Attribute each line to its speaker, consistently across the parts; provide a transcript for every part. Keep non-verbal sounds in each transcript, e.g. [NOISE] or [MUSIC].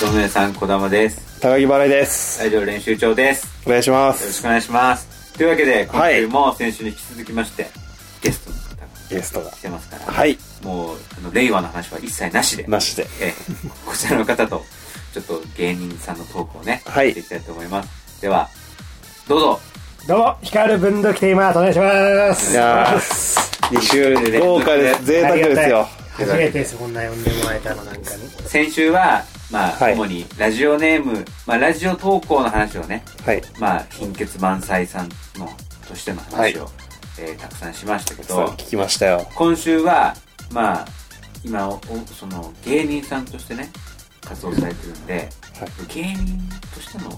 Speaker 1: 宗さん、小玉です。
Speaker 2: 高木払いです。
Speaker 1: ラジオ練習長です。
Speaker 2: お願いしま
Speaker 1: よろしく
Speaker 2: す
Speaker 1: お。願いします。というわけで、今
Speaker 2: はい
Speaker 1: 週も先週に引き続きまして、ゲストの方が
Speaker 2: ゲストが
Speaker 1: 来。てますから、
Speaker 2: はい。
Speaker 1: もう、あの、令和の話は一切なしで、
Speaker 2: なしで。
Speaker 1: えーこちらの方と、ちょっと芸人さんのトークをね、
Speaker 2: はい
Speaker 1: していきたいと思います。では、どうぞ。
Speaker 3: どうも、光る文土器テーマーとお願いします。
Speaker 2: いや2週
Speaker 1: で
Speaker 2: 豪華です。贅沢ですよ。
Speaker 3: ありがたい初めてです、こんな呼んでもらえたのなんかね。
Speaker 1: 先週は、まあ、
Speaker 2: はい
Speaker 1: 主にラジオネーム、まあ、ラジオ投稿の話をね、
Speaker 2: はい。
Speaker 1: まあ、貧血満載さんの、としての話を、えーたくさんしましたけ
Speaker 2: さ
Speaker 1: ど
Speaker 2: あ聞、きましたよ。
Speaker 1: 今週は、まあ、今お、おその、芸人さんとしてね、活動されてるんで、
Speaker 2: はい
Speaker 1: 芸人としての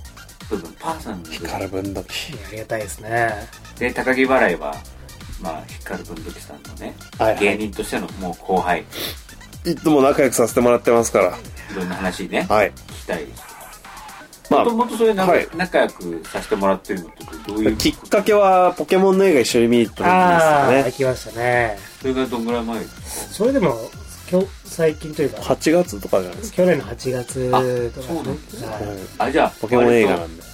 Speaker 1: 部分、パーソナルの部分
Speaker 2: カラブンドキ。
Speaker 3: ありがたいですね。
Speaker 1: で高木払いはまあ光る文土器さんのね、
Speaker 2: はいはい
Speaker 1: 芸人としてのもう後輩
Speaker 2: いつも仲良くさせてもらってますか
Speaker 1: いろんな話ね、
Speaker 2: ら。はい。
Speaker 1: 聞きたいです
Speaker 2: ま
Speaker 1: も
Speaker 2: あ
Speaker 1: ともとそういう仲,、
Speaker 2: はい
Speaker 1: 仲良くさせてもらってるのってどういう
Speaker 2: きっかけは、ポケモンの映画一緒に見に行った時で
Speaker 3: ああ、
Speaker 2: す
Speaker 3: 行
Speaker 2: かね。
Speaker 3: きましたね。
Speaker 1: それがどんぐらい前です
Speaker 3: それでも、今日、最近というか、
Speaker 2: 8月とかじゃないです
Speaker 3: 去年の8月と
Speaker 1: あそうなんですね
Speaker 2: か。はい
Speaker 3: か
Speaker 1: かあじゃあ
Speaker 2: ポケモン映画なんで。
Speaker 3: はい。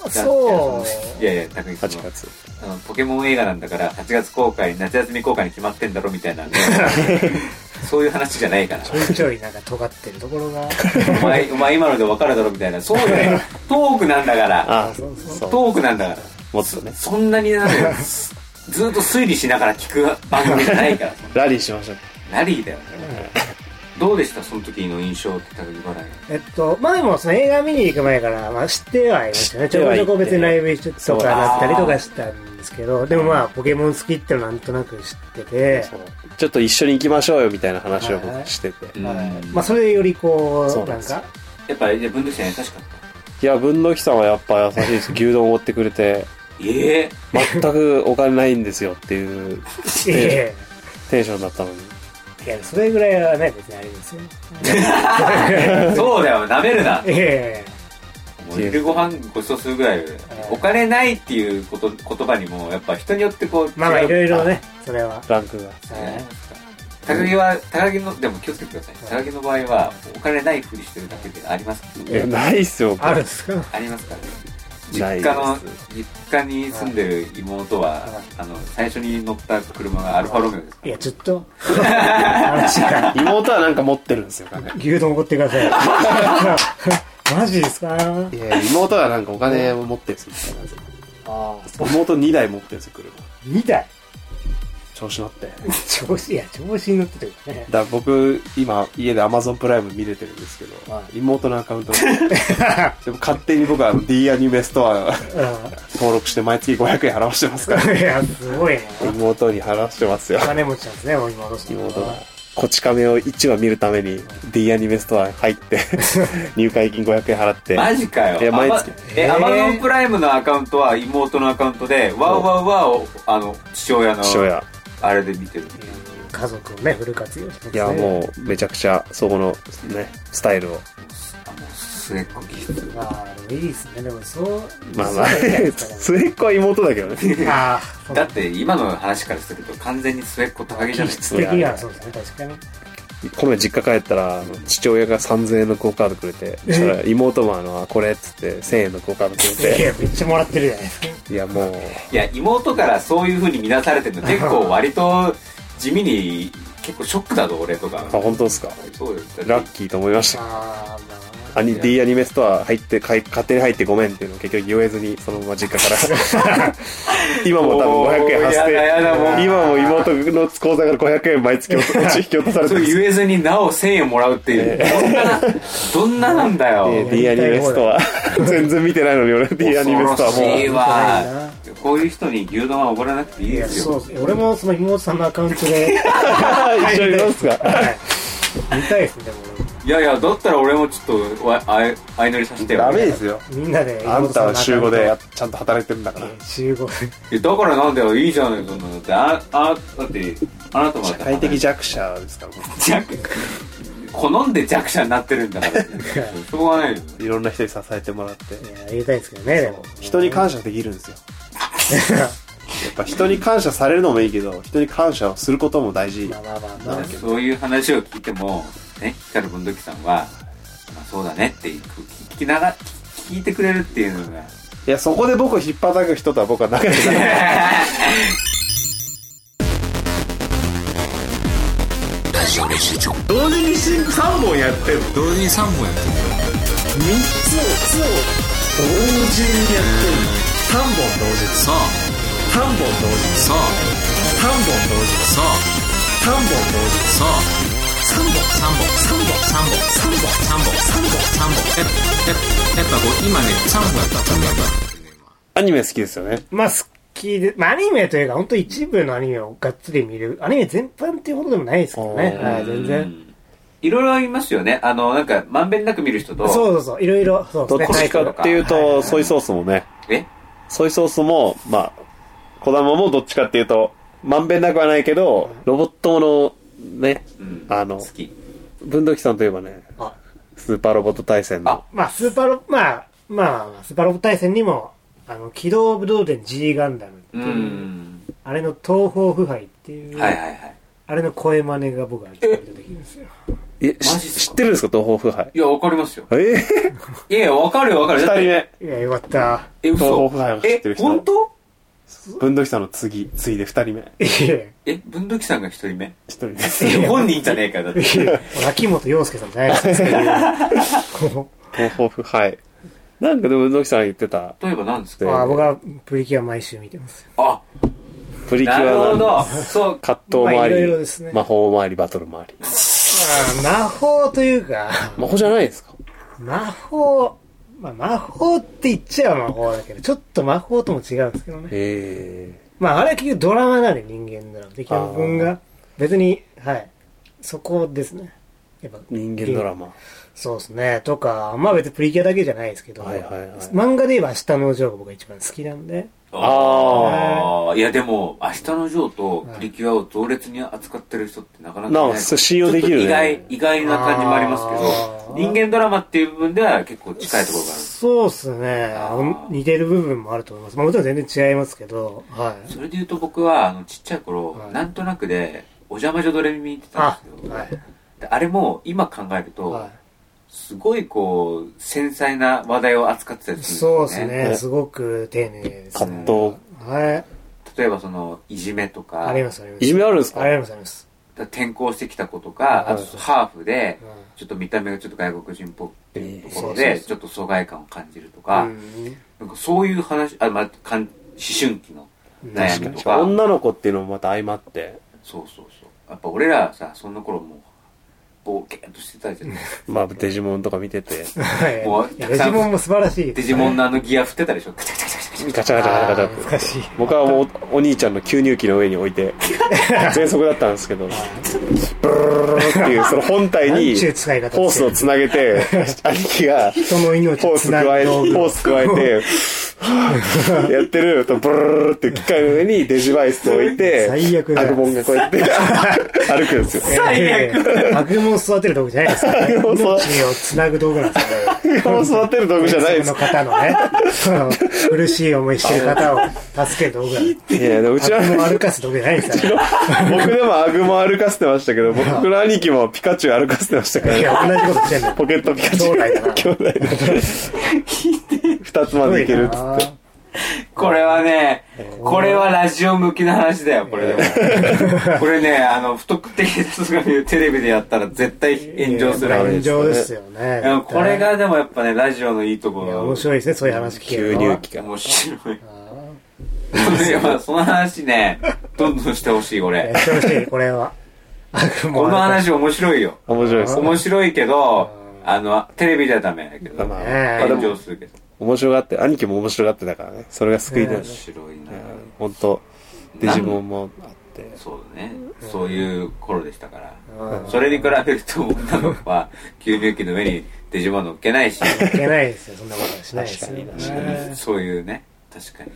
Speaker 1: 割と
Speaker 3: そ
Speaker 1: いやいや高木さん
Speaker 2: 8月。
Speaker 1: あのポケモン映画なんだから8月公開夏休み公開に決まってんだろみたいな [LAUGHS] ねそういう話じゃないから
Speaker 3: う。ちょいちょいなんか尖ってるところが。
Speaker 1: お前お前今ので分かるだろみたいなそうだよトークなんだから
Speaker 2: ああ、
Speaker 3: そうそう
Speaker 2: そう。
Speaker 1: トークなんだから
Speaker 2: もっとね。
Speaker 1: そんなになんかずずーっと推理しながら聞く番組じゃないから
Speaker 2: ラリーしましょう。
Speaker 1: ラリーだよね、どうでしたその時の印象って高木払い
Speaker 3: えっと、まあでも、その映画見に行く前から、まあ知ってはいましたね。
Speaker 2: 知
Speaker 3: ち
Speaker 2: って
Speaker 3: ょ
Speaker 2: はい
Speaker 3: こ
Speaker 2: て
Speaker 3: ちょこ別にライブ一緒
Speaker 2: そう
Speaker 3: とかだったりとかしたんですけど、でもまあ、ポケモン好きってのはなんとなく知ってて、
Speaker 2: そうちょっと一緒に行きましょうよみたいな話を僕してて。
Speaker 1: うん
Speaker 3: まあそれでよりこ
Speaker 2: そう
Speaker 3: う、
Speaker 2: なんで
Speaker 3: なん
Speaker 2: すよ
Speaker 3: か、
Speaker 1: やっぱり分度者優しかった
Speaker 2: いや、文土器さんはやっぱ優しいです。牛丼を追ってくれて、
Speaker 1: ええ
Speaker 2: 全くお金ないんですよっていう
Speaker 3: いやいやい
Speaker 2: テンションだったのに。
Speaker 3: や、いやそれぐらいはね、別にあれですよ。
Speaker 1: そうだよなめるない
Speaker 3: やいやいや
Speaker 1: もう昼ご飯ごちそうするぐらいでお金ないっていうこと言葉にもやっぱ人によってこう
Speaker 3: まあまあ、
Speaker 1: 違う
Speaker 3: いろいろね、それは。
Speaker 2: ランクが。
Speaker 1: ね高木は高木のでも気をつけてください高木の場合はお金ないふりしてるだけであります
Speaker 2: いや、ないっすよ。
Speaker 3: あるんですか
Speaker 1: ありますからね実
Speaker 2: ない
Speaker 1: 家
Speaker 2: です
Speaker 1: の実家に住んでる妹は、あの最初に乗った車がアルファロメオです
Speaker 3: いや、ちょっと、話が、
Speaker 2: 妹はなんか持ってるんですよ、金。
Speaker 3: [LAUGHS] 牛丼おごってください。 [LAUGHS] マジですか
Speaker 2: いや、妹はなんかお金を持ってるんですよ。
Speaker 3: ああ、
Speaker 2: 妹2台持ってるんですよ、車。
Speaker 3: 見たい。
Speaker 2: 調子乗って。だか
Speaker 3: 調子、いや、調子に乗っててことね。
Speaker 2: ら僕、今、家で Amazon プライム見れてるんですけど
Speaker 3: は、
Speaker 2: 妹のアカ [LAUGHS] ウントがでも勝手に僕は D アニメストア登録して毎月500円払わしてますから。
Speaker 3: [LAUGHS] うん。いや、すごいね。
Speaker 2: 妹に払わしてますよ
Speaker 3: お。金持ちなんですね、もう今の
Speaker 2: 妹が。こち亀を1話見るために D アニメストアに入って入会金500円払って
Speaker 1: マジかよ
Speaker 2: いや毎月
Speaker 1: あまえ
Speaker 3: へー
Speaker 1: アマゾンプライムのアカウントは妹のアカウントでワウワウワウをあの父親の
Speaker 2: 父親
Speaker 1: あれで見てる
Speaker 3: 家族をね、フル活用してま
Speaker 2: い
Speaker 3: すね
Speaker 2: やもうめちゃくちゃそこのねスタイルを
Speaker 1: あもう末っ子気質
Speaker 3: まあ、でもいいですね。でも、そう、
Speaker 2: まあまあ
Speaker 3: そうじゃないですかね
Speaker 2: 末っ子は妹だけどね
Speaker 3: ああ、そう
Speaker 1: だって今の話からすると完全に末っ子高木じゃない
Speaker 3: 気質的にはそうですね、確かに。
Speaker 2: この前実家帰ったらあの父親が3000円の quo カードくれてそしたら妹もあのあこれっつって1000円の quo カードく
Speaker 3: いやい
Speaker 2: れ
Speaker 3: や、めっちゃもらってるじゃないですか。
Speaker 2: ていやもう
Speaker 1: いや妹からそういうふうに見なされてるの結構割と地味に結構ショックだぞ俺とか
Speaker 2: あ本当ですか
Speaker 1: そうです
Speaker 2: ラッキーと思いました
Speaker 3: ああ、ま
Speaker 2: アニ D アニメストア入って買い勝手に入ってごめんっていうのを結局言えずにそのまま実家から [LAUGHS] 今も多分500円発
Speaker 1: おーやだやだもう
Speaker 2: 生今も妹の口座から500円毎月落ち引き落とされて
Speaker 1: そう
Speaker 2: る
Speaker 1: 言えずになお1000円もらうっていう、 [LAUGHS] どんな、どんななんだよ。
Speaker 2: えー D アニメス [LAUGHS] トア全然見てないのに俺 D アニメストア
Speaker 1: 恐ろしい
Speaker 2: も
Speaker 1: わ。こういう人に牛丼はおごらなくていい
Speaker 3: あ、い
Speaker 1: で
Speaker 3: や、
Speaker 1: す
Speaker 3: そ
Speaker 1: よ
Speaker 3: う。ですね。俺もその妹さんのアカウントで、
Speaker 2: う一緒に見ますか
Speaker 3: はい見たいですね、でも
Speaker 1: いやいや、だったら俺もちょっとわあい相乗りさせてよ。
Speaker 2: ダメですよ
Speaker 3: 俺。みんなで、
Speaker 2: あんたは週5でやちゃんと働いてるんだから
Speaker 3: 集合。
Speaker 1: いやだからなんだよ、いいじゃない、そんなの。だって、あ、あ、だって、あなたもだっ
Speaker 2: 社
Speaker 1: て
Speaker 2: 会的弱者ですから僕
Speaker 1: 弱。好んで弱者になってるんだから。しょうがないよ。
Speaker 2: いろんな人に支えてもらって
Speaker 3: いや、言いたいですけどね、でも。
Speaker 2: 人に感謝できるんですよ
Speaker 3: [LAUGHS]
Speaker 2: やっぱ人に感謝されるのもいいけど人に感謝をすることも大事
Speaker 3: まあまあまあまあ。
Speaker 1: そういう話を聞いても、ね、光る文土器さんは、まあそうだねって聞きなが聞いてくれるっていうのが
Speaker 2: いや、そこで僕を引っ叩く人とは僕は仲良くない。同時に3本やってる。3つを、同時にやってる。3
Speaker 4: 同時に3本やってる
Speaker 2: 本同時。
Speaker 4: さあ
Speaker 2: 3本同時。
Speaker 4: さあ
Speaker 2: 3本同時。
Speaker 4: さあ
Speaker 2: 3本同時。
Speaker 4: さあ3本3本3本3本3本3本3本3本やっぱやっぱこう今ね3本やった3本やった
Speaker 2: アニメ好きですよね。
Speaker 3: まあ、好きで、まあ、アニメというか、本当一部のアニメをがっつり見る。アニメ全般っていうほどでもないですけどね。
Speaker 2: お
Speaker 3: はい、全
Speaker 1: う
Speaker 3: 然。
Speaker 1: んいろいろありますよねあのなんかまんべんなく見る人と
Speaker 3: そうそうそう、いろいろ、そう
Speaker 2: どっ
Speaker 3: ですね。
Speaker 2: ちかっていう
Speaker 3: はい
Speaker 2: と、ソイソースもね、
Speaker 1: え
Speaker 2: ソイソースも、まあ、小玉もどっちかっていうと、まんべんなくはないけど、ロボットもの、ね、
Speaker 1: うん
Speaker 2: あの
Speaker 1: 好き
Speaker 2: 文土器さんといえばね、
Speaker 3: あ
Speaker 2: スーパーロボット対戦の
Speaker 1: あ、
Speaker 3: まあ、スーパーロ、まあ、まあまあ、スーパーロボ対戦にも、あの、機動武道伝 G ガンダムって
Speaker 1: う
Speaker 3: いう、
Speaker 1: ん
Speaker 3: あれの東方腐敗っていう、
Speaker 1: はいはいはい
Speaker 3: あれの声真似が僕は聞いた時ですよ。
Speaker 2: え、
Speaker 1: マジっすか
Speaker 2: し知ってるんですか東方腐敗。
Speaker 1: いやわかりますよ
Speaker 2: えぇ、
Speaker 1: いやいやわかるよわかる
Speaker 2: 二
Speaker 1: だ
Speaker 2: 人
Speaker 1: って
Speaker 2: 目。
Speaker 3: いや、よかった。
Speaker 1: え
Speaker 2: 東方
Speaker 1: 嘘
Speaker 2: 腐敗を知って
Speaker 1: え
Speaker 2: る人。
Speaker 1: 本当
Speaker 2: 文土器さんの次、次で二人目。
Speaker 3: いやい
Speaker 1: え文土器さんが一人目
Speaker 2: 一人です。
Speaker 1: え本人じゃねえかよだって
Speaker 3: やいや、俺秋元洋介さんじゃな
Speaker 1: [LAUGHS]
Speaker 3: いですか。こ
Speaker 2: 東方腐敗。なんかでも文土器さんが言ってた、
Speaker 1: 例えば何です
Speaker 3: う
Speaker 1: か
Speaker 2: ね
Speaker 3: まあ、僕はプリキュア毎週見てますよ。
Speaker 1: あ
Speaker 2: プリキ
Speaker 1: な
Speaker 2: ュ
Speaker 1: るほ
Speaker 2: ア
Speaker 1: ど
Speaker 2: の
Speaker 1: そう
Speaker 2: 葛藤も
Speaker 3: まあ
Speaker 2: あ
Speaker 3: い
Speaker 2: り、
Speaker 3: ろいろですね
Speaker 2: 魔法もあり、バトルもあり。
Speaker 3: まあ、魔法というか、
Speaker 2: 魔法じゃないですか
Speaker 3: 魔法、まあ、魔法って言っちゃう魔法だけど、ちょっと魔法とも違うんですけどね。
Speaker 2: ええ
Speaker 3: まあ、あれは結局ドラマなんで人間ドラマ。で、基本分が。別に、はい。そこですね。やっぱ
Speaker 2: 人間ドラマ。
Speaker 3: そうですね。とか、まあ別にプリキュアだけじゃないですけど、
Speaker 2: はいはいはい
Speaker 3: 漫画で言えば明日のジョーが僕が一番好きなんで、
Speaker 1: ああいやでも「明日のジョー」と「プリキュア」を同列に扱ってる人ってなかなかい
Speaker 2: なん
Speaker 1: い
Speaker 2: かそう信用できるね
Speaker 1: ちょっと意外意外な感じもあります
Speaker 3: あー
Speaker 1: けど人間ドラマっていう部分では結構近いところがある
Speaker 3: そうですね
Speaker 1: あー。
Speaker 3: 似てる部分もあると思います。まあもちろん全然違いますけど、はい。
Speaker 1: それで言うと僕はあのちっちゃい頃、
Speaker 3: はい
Speaker 1: なんとなくで「お邪魔女ドレミ」見てた
Speaker 3: あ
Speaker 1: んです、よ
Speaker 3: はい。
Speaker 1: であれも今考えると、
Speaker 3: は
Speaker 1: すごいこう繊細な話題を扱ってたり
Speaker 3: い、
Speaker 1: する
Speaker 3: そ
Speaker 1: ん
Speaker 3: うですね。すごく丁寧です
Speaker 2: 葛
Speaker 3: ね。
Speaker 2: 藤。
Speaker 3: はい。
Speaker 1: 例えばそのいじめとか
Speaker 3: あります、あります。
Speaker 2: いじめあるんですか
Speaker 3: あります、あります。
Speaker 1: 転校してきた子とか、あとハーフで、
Speaker 3: うん
Speaker 1: ちょっと見た目がちょっと外国人っぽくていうところ
Speaker 3: そうそう
Speaker 1: で、
Speaker 3: そう
Speaker 1: ちょっと疎外感を感じるとか、
Speaker 3: うん
Speaker 1: なんかそういう話、あ、まあ、かん思春期の悩
Speaker 2: 確か
Speaker 1: み
Speaker 2: に
Speaker 1: とか、
Speaker 2: 女の子っていうのもまた相まって、
Speaker 1: そうそうそう。やっぱ俺らさ、そんな頃もう、ぼーけーっとしてたじゃ
Speaker 3: [LAUGHS]
Speaker 1: ない
Speaker 2: まあ、デジモンとか見てて、
Speaker 3: はい
Speaker 1: もう
Speaker 3: いやデジモンも素晴らしいですね。
Speaker 1: デジモンのあのギア振ってたでしょ、カチャカチャカチャカチャみた
Speaker 2: ガ
Speaker 1: い
Speaker 2: チャガチャガチャガチャって
Speaker 3: あー難しい。
Speaker 2: 僕はもうおお兄ちゃんの吸入器の上に置いて、全速だったんですけど、ブルルルルルっていうその本体に
Speaker 3: なんちゅう使い方してる
Speaker 2: ホースをつなげて、兄貴が
Speaker 3: 人の命
Speaker 2: ホー
Speaker 3: を
Speaker 2: ス
Speaker 3: つな
Speaker 2: 加
Speaker 3: ぐ
Speaker 2: えて、
Speaker 3: 道具
Speaker 2: ホース加えて、やってる、とブルルルルっていう機械の上にデジバイスを置いて、
Speaker 3: 最悪だ
Speaker 2: アグボンがこうや
Speaker 3: [LAUGHS]
Speaker 2: って歩くんですよ。
Speaker 3: 最悪悪夢を育てる道具じゃないですから、ね、
Speaker 2: 悪夢を
Speaker 3: 命
Speaker 2: 育
Speaker 3: をつなぐ道具なんですよね
Speaker 2: アグボン育てる道具じゃないです
Speaker 3: その方のねその苦しい思いしてる方を助ける道具なんです
Speaker 2: いや、でもうちら
Speaker 3: 悪夢
Speaker 2: の
Speaker 3: を歩かす道具じゃないですから、
Speaker 2: 僕でもアグも歩かせてましたけど、僕の兄貴もピカチュウ歩かせてましたから
Speaker 3: い
Speaker 2: ね。
Speaker 3: や同じことしてんの
Speaker 2: ポケットピカチュウ。
Speaker 3: 兄弟だな
Speaker 2: 兄弟だ二つまでいけるっつって。
Speaker 1: な。 [LAUGHS] これはね、これはラジオ向きの話だよ、これでも。これね、あの、不特定多数が見るテレビでやったら絶対炎上する
Speaker 3: 炎上ですよね
Speaker 1: いやこれがでもやっぱね、ラジオのいいとこ
Speaker 3: い
Speaker 1: ろ
Speaker 3: や面白いですねそういう話聞ける
Speaker 2: 吸
Speaker 3: の
Speaker 2: 入器が。
Speaker 1: 面白い。いやまあその話ね、どんどんしてほしい、
Speaker 3: い
Speaker 1: 俺
Speaker 3: や。してほしいこれは悪夢を
Speaker 1: この
Speaker 3: 歩かす
Speaker 1: 話面白いよ。
Speaker 2: 面白いです。
Speaker 1: 面白いけど、あの、テレビじゃダメだけど、
Speaker 2: まあ
Speaker 3: ね
Speaker 1: 炎上するけど。
Speaker 2: 面白がって、兄貴も面白がってたからね。それが救いだよ
Speaker 1: 面
Speaker 2: ね。
Speaker 1: 白いな。
Speaker 2: 本当デジモンもあって。
Speaker 1: そうだね。そういう頃でしたから。それに比べると、女の子は、吸入器の上にデジモン乗っけないし、
Speaker 3: いけないですよそんなことはしないですよね
Speaker 1: そういうね、確かに。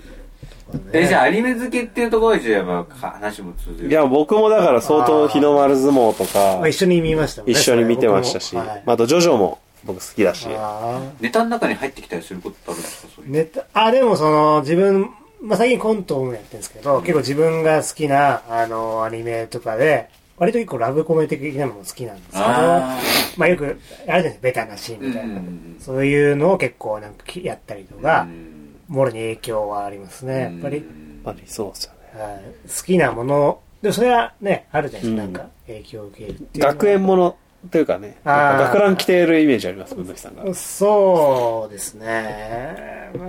Speaker 1: え、じゃあアニメ好きっていうところで言えば、話も通ずる。
Speaker 2: いや、僕もだから相当日の丸相撲と
Speaker 3: まあ
Speaker 2: か
Speaker 3: 一、緒に見ましたもんね
Speaker 2: 一緒に見てましたし、
Speaker 3: 僕もはい
Speaker 2: あとジョジョも僕好きだし。
Speaker 3: あー
Speaker 1: ネタの中に入ってきたりすることってあるんですかそういう。
Speaker 3: ネタ、あ、でもその、自分、まあ、最近コントもやってるんですけど、結構自分が好きな、あの、アニメとかで、割と一個ラブコメ的なのも好きなんですけど、
Speaker 1: あ
Speaker 3: まあよく、あるじゃないですか、ベタなシーンみたいな。そういうのを結構なんかやったりとか、もろに影響はありますね、やっぱり。
Speaker 2: やっぱりそうですよね。
Speaker 3: はい好きなもの、でもそれはね、あるじゃないですか、
Speaker 2: うん
Speaker 3: なんか影響を受けるっていうのは。
Speaker 2: 学園ものというかね、
Speaker 3: あー
Speaker 2: なんか学ラン着てるイメージあります、宇崎さんが。
Speaker 3: そうですね。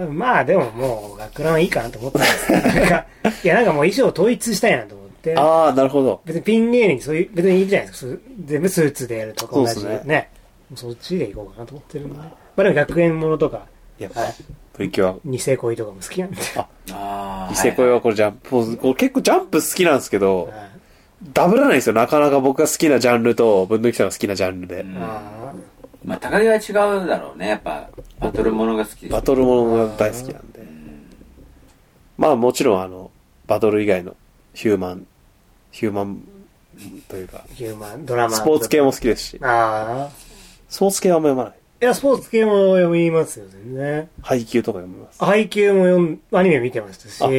Speaker 3: まあでももう学ランはいいかなと思ってたんですけどなんか、いやなんかもう衣装統一したいなと思って。
Speaker 2: ああ、なるほど。
Speaker 3: 別にピン芸人そういう、別にいいじゃないですか。そう全部スーツでやるとか同
Speaker 2: そ
Speaker 3: じ
Speaker 2: う
Speaker 3: で
Speaker 2: で
Speaker 3: ね
Speaker 2: す
Speaker 3: そっちで行こうかなと思ってるんで。まあでも学園ものとか、
Speaker 2: やっぱ
Speaker 3: はい、
Speaker 2: プリキュア。
Speaker 3: 偽恋とかも好きなんで。
Speaker 1: あ
Speaker 2: ニセ恋はこれジャンプ、こう結構ジャンプ好きなんですけど、
Speaker 3: はい
Speaker 2: ダブらないんですよ。なかなか僕が好きなジャンルと、文藤木さんが好きなジャンルで。
Speaker 3: あ
Speaker 1: まあ、高木は違うだろうね。やっぱ、バトルものが好きです
Speaker 2: バトルものが大好きなんで。まあもちろんあの、バトル以外のヒューマン、ヒューマンというか
Speaker 3: ー、ヒューマン、ドラマ。
Speaker 2: スポーツ系も好きですし、
Speaker 3: ああ。
Speaker 2: スポーツ系はあんま読まない。
Speaker 3: いや、スポーツ系も読みますよ、全然。
Speaker 2: 配給とか読みます。
Speaker 3: 配給も読ん、アニメ見てましたし、
Speaker 2: な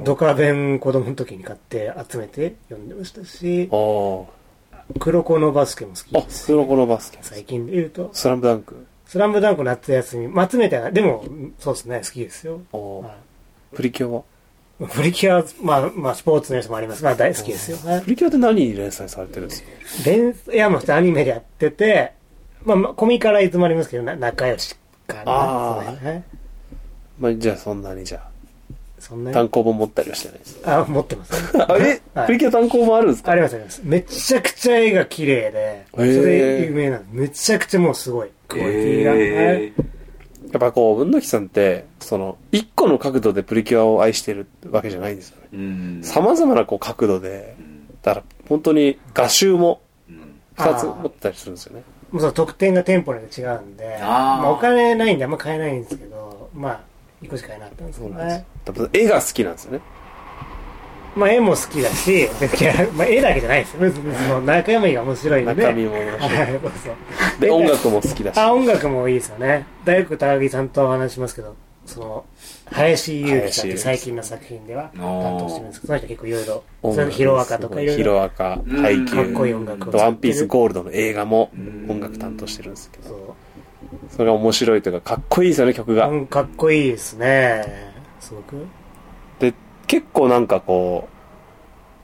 Speaker 2: る
Speaker 3: ドカベン子供の時に買って集めて読んでましたし、
Speaker 2: ほ
Speaker 3: 黒子のバスケも好き
Speaker 2: ど。ああ、
Speaker 3: です。
Speaker 2: スロコのバスケ。
Speaker 3: 最近で言うと、
Speaker 2: スラムダンク。
Speaker 3: スランムダンク夏休み、まあ、集めたら、でも、そうですね、好きですよ。
Speaker 2: おー
Speaker 3: は
Speaker 2: プリキュアはい
Speaker 3: プリキュア、まあ、まあ、スポーツのやつもありますが、大好きですよ。はい
Speaker 2: プリキュアって何に連載されてるんですか
Speaker 3: 連いや、まあ、アニメでやってて、まあまあ、コミカライズもありますけど、な仲良しかな。
Speaker 2: あー
Speaker 3: そうねはい
Speaker 2: まあじゃあそんなにじゃ
Speaker 3: そんな
Speaker 2: あ、
Speaker 3: に
Speaker 2: 単行本持ったりはしてないです。
Speaker 3: あ、持ってます。
Speaker 2: [LAUGHS] あえ、
Speaker 3: はい
Speaker 2: プリキュア単行もあるんですか
Speaker 3: ありますあります。めちゃくちゃ絵が綺麗で、それで有名なの。めちゃくちゃもうすごい。クオリティが。はい
Speaker 1: えー
Speaker 2: やっぱこう、文の木さんって、その、一個の角度でプリキュアを愛してるわけじゃないんですよね。
Speaker 1: うん。
Speaker 2: 様々なこう角度で、だから本当に画集も
Speaker 1: うん
Speaker 2: 二つ
Speaker 3: あー
Speaker 2: 持ってたりするんですよね。
Speaker 3: もうその得点が店舗なんで違うんで、
Speaker 1: あー
Speaker 3: まあ、お金ないんであんま買えないんですけど、まあ、一個しか買えなかったんですけ
Speaker 2: そう
Speaker 3: ど
Speaker 2: なんです
Speaker 3: ね
Speaker 2: よ。。多分絵が好きなんですよね。
Speaker 3: まあ、絵も好きだし、別にまあ、絵だけじゃないですよ。別にその中身が面白いので。
Speaker 2: 中身も面白い
Speaker 3: はい、そうそう。
Speaker 2: で、音楽も好きだし。
Speaker 3: あ、音楽もいいですよね。大工高木さんとお話しますけど、その、林裕貴さんって最近の作品では担当してるんですけど、その人結構いろいろ、
Speaker 2: 音
Speaker 3: それ
Speaker 2: 楽
Speaker 3: のヒロアカとかいろい
Speaker 2: ヒ
Speaker 3: ろ
Speaker 2: ロアカ、配
Speaker 1: うん
Speaker 3: かっこいい
Speaker 2: 給、
Speaker 3: 音楽を作ってる
Speaker 2: ワンピースゴールドの映画も音楽担当してるんですけど、
Speaker 3: そ
Speaker 2: それが面白いというか、かっこいいですよね、曲が
Speaker 3: う。う。んかっこいいですね。すごく。
Speaker 2: で、結構なんかこ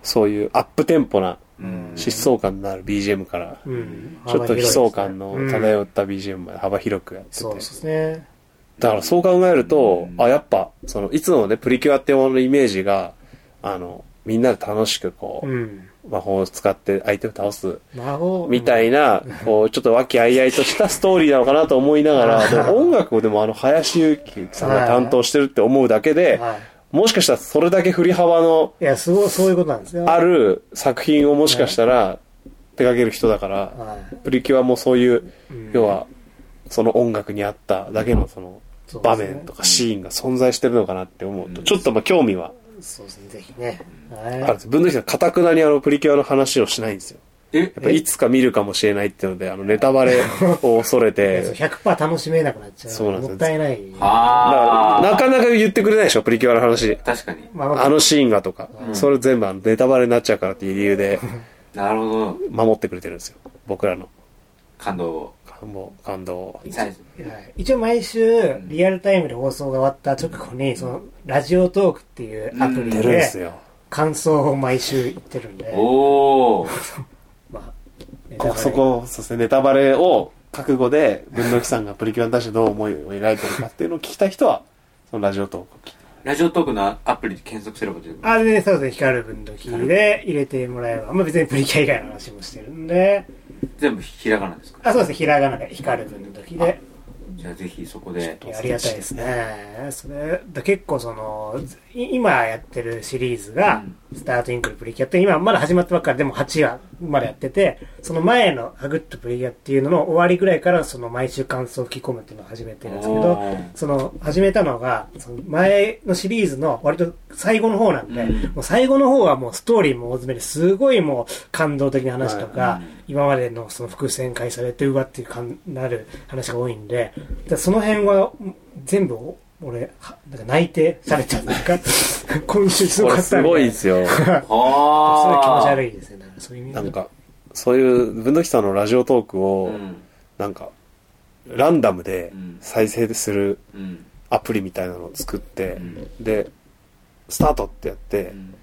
Speaker 2: う、そういうアップテンポな
Speaker 1: うん
Speaker 2: 疾走感のある BGM から、
Speaker 3: うん。
Speaker 2: ちょっと悲壮感の
Speaker 3: 幅広いですね
Speaker 2: 漂った BGM まで幅広くやってて。
Speaker 3: そうですね。
Speaker 2: だからそう考えると、
Speaker 1: うん
Speaker 2: あ、やっぱ、その、いつもね、プリキュアってもののイメージが、あの、みんなで楽しくこう、
Speaker 3: うん。
Speaker 2: 魔法を使って相手を倒す、
Speaker 3: 孫
Speaker 2: みたいな、こ
Speaker 3: [LAUGHS]
Speaker 2: う、ちょっと和気あいあいとしたストーリーなのかなと思いながら、でも音楽をでもあの、林ゆきさんが担当してるって思うだけで、
Speaker 3: は
Speaker 2: もしかしたらそれだけ振り幅の
Speaker 3: い。いや、すごい、そういうことなんですよ。
Speaker 2: ある作品をもしかしたら手掛ける人だから、
Speaker 3: はい。
Speaker 2: プリキュアもそういう、
Speaker 3: ん
Speaker 2: 要は、その音楽に合っただけのその
Speaker 3: そうで
Speaker 2: 場
Speaker 3: すね
Speaker 2: 面とかシーンが存在してるのかなって思うと、ちょっとまあ興味は
Speaker 3: そうですね、ぜひね。
Speaker 2: あるん
Speaker 3: は
Speaker 2: ですよ。文藤さん、かたくなにあのプリキュアの話をしないんですよ。
Speaker 1: え
Speaker 2: やっぱいつか見るかもしれないっていうので、あのネタバ
Speaker 3: [LAUGHS]
Speaker 2: レを恐れ
Speaker 3: い。そう
Speaker 2: て、
Speaker 3: 100%楽しめなくなっちゃう。
Speaker 2: そうなんですよ
Speaker 3: もったいない。
Speaker 2: だ
Speaker 1: あ
Speaker 2: か
Speaker 1: あ。
Speaker 2: らなかなか言ってくれないでしょ、プリキュアの話。
Speaker 1: 確かに。
Speaker 3: ま
Speaker 2: あのシーンがとか、それ全部あのネタバレになっちゃうからっていう理由で
Speaker 1: なるほど。
Speaker 2: 守ってくれてるんですよ。僕らの
Speaker 1: 感動を。
Speaker 2: 感動、感動を。
Speaker 1: 最初
Speaker 3: はい一応毎週、リアルタイムで放送が終わった直後に、その、ラジオトークっていうアプ
Speaker 2: 出るん
Speaker 3: リ
Speaker 2: で、
Speaker 3: です
Speaker 2: よ。
Speaker 3: 感想を毎週言ってるんで、
Speaker 1: おお。
Speaker 3: まあ、ネタバ
Speaker 2: こ
Speaker 3: レ
Speaker 2: そこ、そうですね、ネタバレを覚悟で、文の木さんがプリキュアに対してどう思いを描いてるかっていうのを聞きたい人は、そのラジオトークを聞いて。
Speaker 1: ラジオトークのアプリで検索すれば出てくる。
Speaker 3: あれで、そうですね、光る分時で入れてもらえば、まあ別にプリキュア以外の話もしてるんで、
Speaker 1: 全部ひらがなですか
Speaker 3: あ、そうですね、ひらがなで光る分時で、
Speaker 1: じゃあぜひそこで。
Speaker 3: ありがたいですね。それ、だ結構その、い今やってるシリーズが、スタートインクルプリキュアって、今まだ始まったばっかりでも8話までやってて、その前のハグッとプリキュアっていうのの終わりぐらいから、その毎週感想を吹き込むっていうのを始めてるんですけ
Speaker 1: お
Speaker 3: ど
Speaker 1: ー、
Speaker 3: その、始めたのが、その前のシリーズの割と最後の方なんで、
Speaker 1: うん
Speaker 3: もう最後の方はもうストーリーも大詰めですごいもう感動的な話とか、今までのその伏線回されてうわっていう感なる話が多いんで、だからその辺は全部俺、はなんか内定されちゃうなん
Speaker 2: [LAUGHS]
Speaker 3: か、今週すご
Speaker 2: こ
Speaker 3: か
Speaker 2: れ
Speaker 3: った
Speaker 2: す
Speaker 3: み
Speaker 2: ご
Speaker 3: た
Speaker 2: い
Speaker 3: い
Speaker 2: で
Speaker 3: な。
Speaker 2: すよ。
Speaker 3: すごい気持
Speaker 1: あ
Speaker 3: ち
Speaker 1: あ。
Speaker 3: 悪いですね。なんかそういう意味で
Speaker 2: なんか、そういう、文土器さんのラジオトークを、
Speaker 1: うん。
Speaker 2: なんか、ランダムで
Speaker 1: うん
Speaker 2: 再生する
Speaker 1: うん。
Speaker 2: アプリみたいなのを作って、
Speaker 1: うん
Speaker 2: で、スタートってやって、
Speaker 1: うん。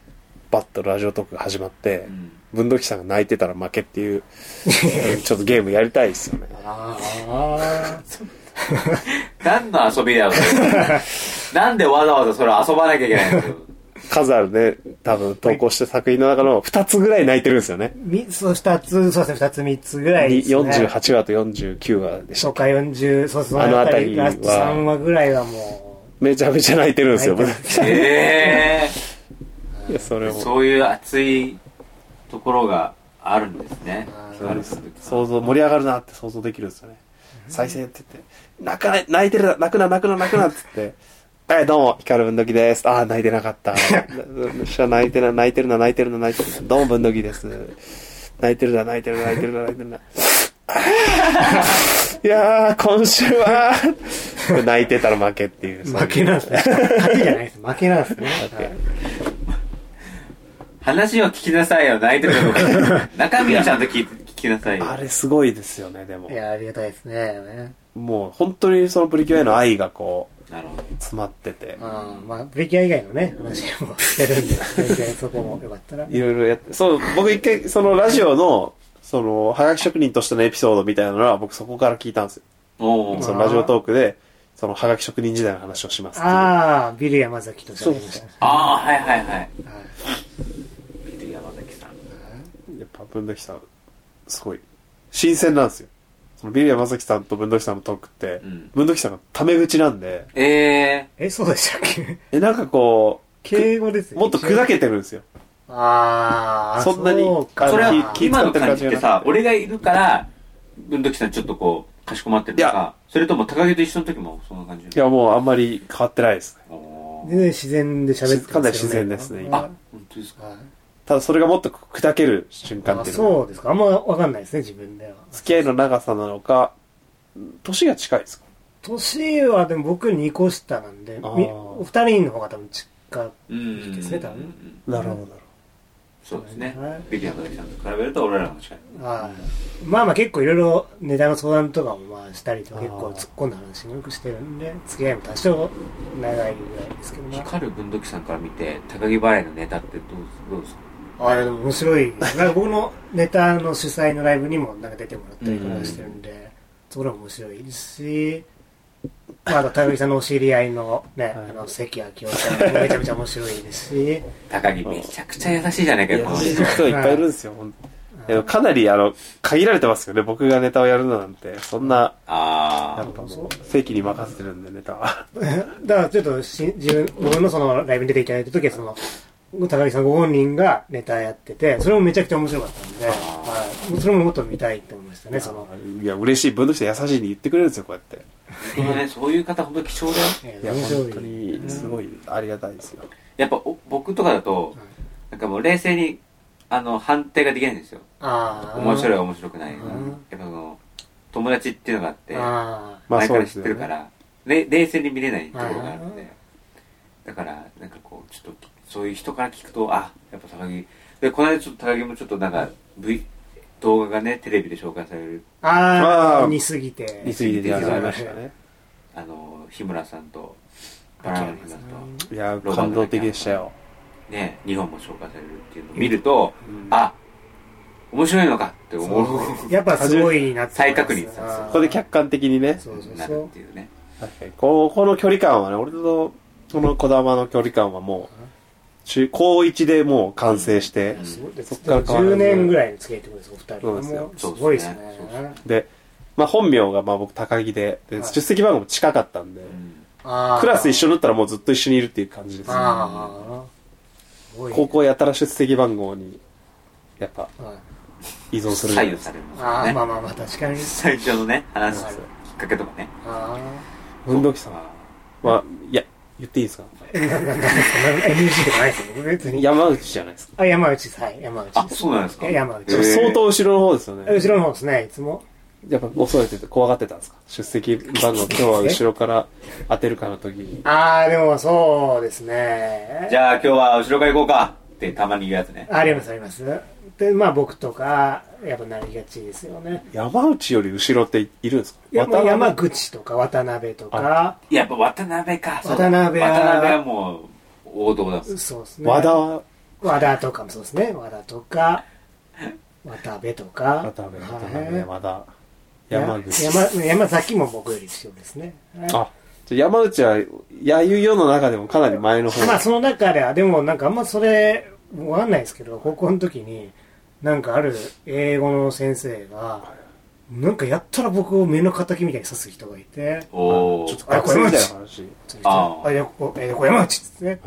Speaker 2: バッとラジオトークが始まって
Speaker 1: う、ん
Speaker 2: 文土器さんが泣いてたら負けっていう、 [LAUGHS] ちょっとゲームやりたいですよね。
Speaker 3: ああ。
Speaker 1: 何の遊びだよ、それ
Speaker 2: [LAUGHS]
Speaker 1: なんでわざわざそれ遊ばなきゃいけないの
Speaker 2: 数あるね、多分投稿した作品の中の2つぐらい泣いてるんですよね。
Speaker 3: みそう、二つ、そうですね、二つ、三つぐらいです、ね。
Speaker 2: 48話と49話でし
Speaker 3: 初
Speaker 2: た。
Speaker 3: 回40、そうそう、
Speaker 2: あの
Speaker 3: あた
Speaker 2: 辺り
Speaker 3: り、
Speaker 2: は
Speaker 3: ラスト3話ぐらいはも
Speaker 2: めちゃめちゃ泣いてるん
Speaker 3: う、
Speaker 2: ですよ、
Speaker 3: 入っ
Speaker 2: 僕
Speaker 3: て
Speaker 2: い
Speaker 3: ます
Speaker 1: え
Speaker 2: やそれ
Speaker 1: え
Speaker 2: も。
Speaker 1: そういう熱いところがあるんですね。
Speaker 2: そうです想像、盛り上がるなって想像できるんですよね。再生って言って、泣かない、泣いてるな、泣くな、泣くな、泣くなって言って、 [LAUGHS] はい、どうも、ヒカルぶんどきです。ああ、泣いてなかった。 [LAUGHS] よっしゃ泣いてな、泣いてるな、泣いてるな、泣いてるな。どうも、ぶんどきです。泣いてるな、泣いてるな、泣いてるな、泣いてるな。 [LAUGHS] いやー、今週は、これ泣いてたら負けっていう。
Speaker 3: 負けなんです
Speaker 2: [LAUGHS]
Speaker 3: ね。勝ちじゃないです。負けなんですね。はい
Speaker 1: 話を聞きなさいよ、泣いてるのか。
Speaker 2: [LAUGHS]
Speaker 1: 中身をちゃんと聞い聞きなさいよ。
Speaker 2: あれすごいですよね、でも
Speaker 3: い。や、ありがたいですね。
Speaker 2: もう、本当にそのプリキュアへの愛がこう、
Speaker 1: なるほど。
Speaker 2: 詰まってて。
Speaker 3: あーまあ、プリキュア以外のね、話もしてるん
Speaker 2: [LAUGHS]
Speaker 3: で、全然そこもよかったら。
Speaker 2: いろいろやって、そう、僕一回、そのラジオの、その、はがき職人としてのエピソードみたいなのは、僕そこから聞いたんですよ。
Speaker 1: お
Speaker 3: ん
Speaker 1: ー
Speaker 2: そのラジオトークで、その、はがき職人時代の話をしますっていう
Speaker 3: ああ、ビル山崎としゃべりましたね。
Speaker 1: ああ、はいはいはい。
Speaker 3: はい
Speaker 1: ビル山崎さん。
Speaker 2: やっぱ、文土器さん、すごい、新鮮なんですよ。その、ビリヤマサキさんと文土器さんのトークって
Speaker 1: うん、
Speaker 2: 文土器さんがタメ口なんで、
Speaker 1: ええ
Speaker 3: え、そうでしたっけ [LAUGHS]
Speaker 2: え、なんかこう、
Speaker 3: 敬語ですよ
Speaker 2: もっと砕けてるんですよ。
Speaker 3: ああ、
Speaker 2: そんなに
Speaker 3: そうか
Speaker 2: あ
Speaker 1: それ
Speaker 2: の
Speaker 1: は
Speaker 2: 気気
Speaker 1: 今
Speaker 2: 使っ
Speaker 1: の
Speaker 2: てる
Speaker 1: 感
Speaker 2: 感
Speaker 1: じ
Speaker 2: じ
Speaker 1: っ
Speaker 2: がなくて
Speaker 1: てさ、俺がいるから、文土器さんちょっとこう、かしこまってるの
Speaker 2: いや
Speaker 1: か、それとも高木と一緒の時もそんな感じ
Speaker 2: いや、もうあんまり変わってないですね。
Speaker 1: おー
Speaker 3: 全然自然で喋ってますよね
Speaker 2: かなり自然ですね今
Speaker 1: あ、本当ですか。
Speaker 3: はい
Speaker 2: ただ、それがもっと砕ける瞬間っ
Speaker 3: あ
Speaker 2: ていうのが
Speaker 3: そうですか。あんまわかんないですね、自分では。
Speaker 2: 付き合いの長さなのか、年が近いですか
Speaker 3: 年はでも僕2個下なんで、み
Speaker 2: あー
Speaker 3: お二人の方が多分近
Speaker 1: うん。
Speaker 3: ですね多分
Speaker 1: うん
Speaker 2: なるほど、なるほど。
Speaker 1: そうですね
Speaker 3: はい。
Speaker 1: ビル山崎さんと比べると俺らの近い。
Speaker 3: はい。まあまあ結構いろいろネタの相談とかもまあしたりと
Speaker 2: あ
Speaker 3: か
Speaker 2: ー
Speaker 3: 結構突っ込んだ話もよくしてるんで、付き合いも多少長いぐらいですけどね。
Speaker 1: 光る文土器さんから見て、高木バレーのネタってどうどうですか
Speaker 3: ああ、でも面白い。なんか僕のネタの主催のライブにもなんか出てもらったりとかしてるんで、そこらも面白いですし、まあ、あと、高木さんのお知り合いのね、
Speaker 2: い
Speaker 3: あの、関明夫さんもめちゃめちゃ面白いですし、
Speaker 1: 高木めちゃくちゃ優しいじゃないかよ、この
Speaker 2: い
Speaker 1: 人
Speaker 2: や。人いっぱいいるんですよ、ほんいやかなり、あの、限られてますよね、僕がネタをやるのなんて。そんな、や
Speaker 1: あ
Speaker 2: っぱもう、席に任せてるんで、ネタは。
Speaker 3: [LAUGHS] だからちょっとし自分、僕のそのライブに出ていただいた時は、その、高木さんご本人がネタやってて、それもめちゃくちゃ面白かったんで、はい、それももっと見たいって思いましたね、その。
Speaker 2: いや、嬉しい。分の人優しいに言ってくれるんですよ、こうやって。
Speaker 1: あ、ね、 [LAUGHS] そういう方本当貴重だよ。
Speaker 3: え
Speaker 2: い
Speaker 3: ー
Speaker 2: や、
Speaker 3: 面白
Speaker 2: 本当
Speaker 3: い。
Speaker 2: に、すごい、ありがたいですよ。
Speaker 1: やっぱお僕とかだと、なんかもう冷静に、あの、判定ができないんですよ。
Speaker 3: ああ。
Speaker 1: 面白い、
Speaker 3: い。
Speaker 1: 面白くない。やっ
Speaker 3: ん
Speaker 1: ぱその、友達っていうのがあって、
Speaker 3: ああ。
Speaker 2: まあ、
Speaker 1: 前か
Speaker 2: そう
Speaker 1: ら
Speaker 2: で
Speaker 1: 知っ
Speaker 2: すよ
Speaker 1: て
Speaker 2: ね
Speaker 1: るから、れ冷静に見れないところがあるん
Speaker 3: あ
Speaker 1: で。だから、なんかこう、ちょっと、そういう人から聞くと、あ、やっぱ高木。で、この間ちょっと高木もちょっとなんか、V、動画がね、テレビで紹介される、
Speaker 3: あ
Speaker 2: あ
Speaker 3: あ、
Speaker 2: ー
Speaker 3: 似すぎて。
Speaker 2: 似すぎてやられましたね。
Speaker 1: あの、日村さんと、バラの日村さんと、
Speaker 2: いや、感動的でしたよ。
Speaker 1: ね、日本も紹介されるっていうのを見ると、あ、面白いのかって思う。
Speaker 3: やっぱすごいなって思います。
Speaker 1: 再確認です
Speaker 3: あー
Speaker 2: ここで客観的にね、
Speaker 3: そうそう
Speaker 1: な
Speaker 3: そ
Speaker 1: る
Speaker 3: う
Speaker 1: って。いうね。
Speaker 2: 確かにこうこの距離感はね俺とこの児玉の距離感はもう中高1でもう完成して、
Speaker 1: うん
Speaker 3: すごいで
Speaker 2: そ
Speaker 3: す。
Speaker 2: っから変わらず
Speaker 3: 10年ぐらいの付き合いってことです、お二人。
Speaker 2: そうですよ
Speaker 3: もすごいですね
Speaker 1: そうですね。
Speaker 2: で、まあ、本名がまあ僕高木でで
Speaker 3: はい
Speaker 2: 出席番号も近かったんで、
Speaker 1: うん
Speaker 3: あー
Speaker 2: クラス一緒になったらもうずっと一緒にいるっていう感じですね
Speaker 3: ああ。すごいね
Speaker 2: 高校やたら出席番号にやっぱ
Speaker 3: はい
Speaker 2: 依存する
Speaker 1: 左右されます
Speaker 3: あ
Speaker 1: か
Speaker 3: あ、
Speaker 1: ら
Speaker 3: ま
Speaker 1: ね。
Speaker 3: あまあまあ、確かに。
Speaker 1: 最初のね、話す
Speaker 3: はい
Speaker 1: きっかけとかね。
Speaker 3: あ
Speaker 2: 文土器さんは、まあ、いや言っていいですか
Speaker 3: あ。NG とかないですよ、僕別に。
Speaker 2: 山内じゃないですか
Speaker 3: あ、山内です。はい、山内
Speaker 1: あ、
Speaker 3: です。
Speaker 1: そうなんですか。
Speaker 3: いや山内
Speaker 1: へー
Speaker 2: 相当後ろの方ですよね
Speaker 3: 後ろの方ですね、いつも。
Speaker 2: やっぱ恐れてて怖がってたんですか出席番号今日は後ろから当てるかの時に。
Speaker 3: あー、でもそうですね。
Speaker 1: じゃあ今日は後ろから行こうかってたまに言うやつね。
Speaker 3: ありますあります。で、まあ僕とか、やっぱなりがちですよね。
Speaker 2: 山内より後ろっていいるんですか
Speaker 3: やっぱ
Speaker 2: 渡辺
Speaker 3: 山口とか渡辺とか、
Speaker 1: やっぱ渡辺か。そうだ
Speaker 3: 渡辺は
Speaker 1: 渡辺はもう王道だ。
Speaker 3: そうですね。
Speaker 2: 和田は、
Speaker 3: 和田とかもそうですね。和田とか、渡部とか。
Speaker 2: 渡辺、渡
Speaker 3: はい
Speaker 2: 辺、和田、山口。
Speaker 3: 山山崎も僕より後ろですね。はい
Speaker 2: あ、じゃあ山内は、やゆよの中でもかなり前の方。
Speaker 3: まあその中では、でもなんかあんまそれ、わかんないですけど、高校の時に、なんかある英語の先生が、なんかやったら僕を目の敵みたいに刺す人がいて、
Speaker 1: おお。
Speaker 2: ちょっと学生みたいな話。
Speaker 1: ああ
Speaker 3: あ、でこえー、こ山内っつって、いや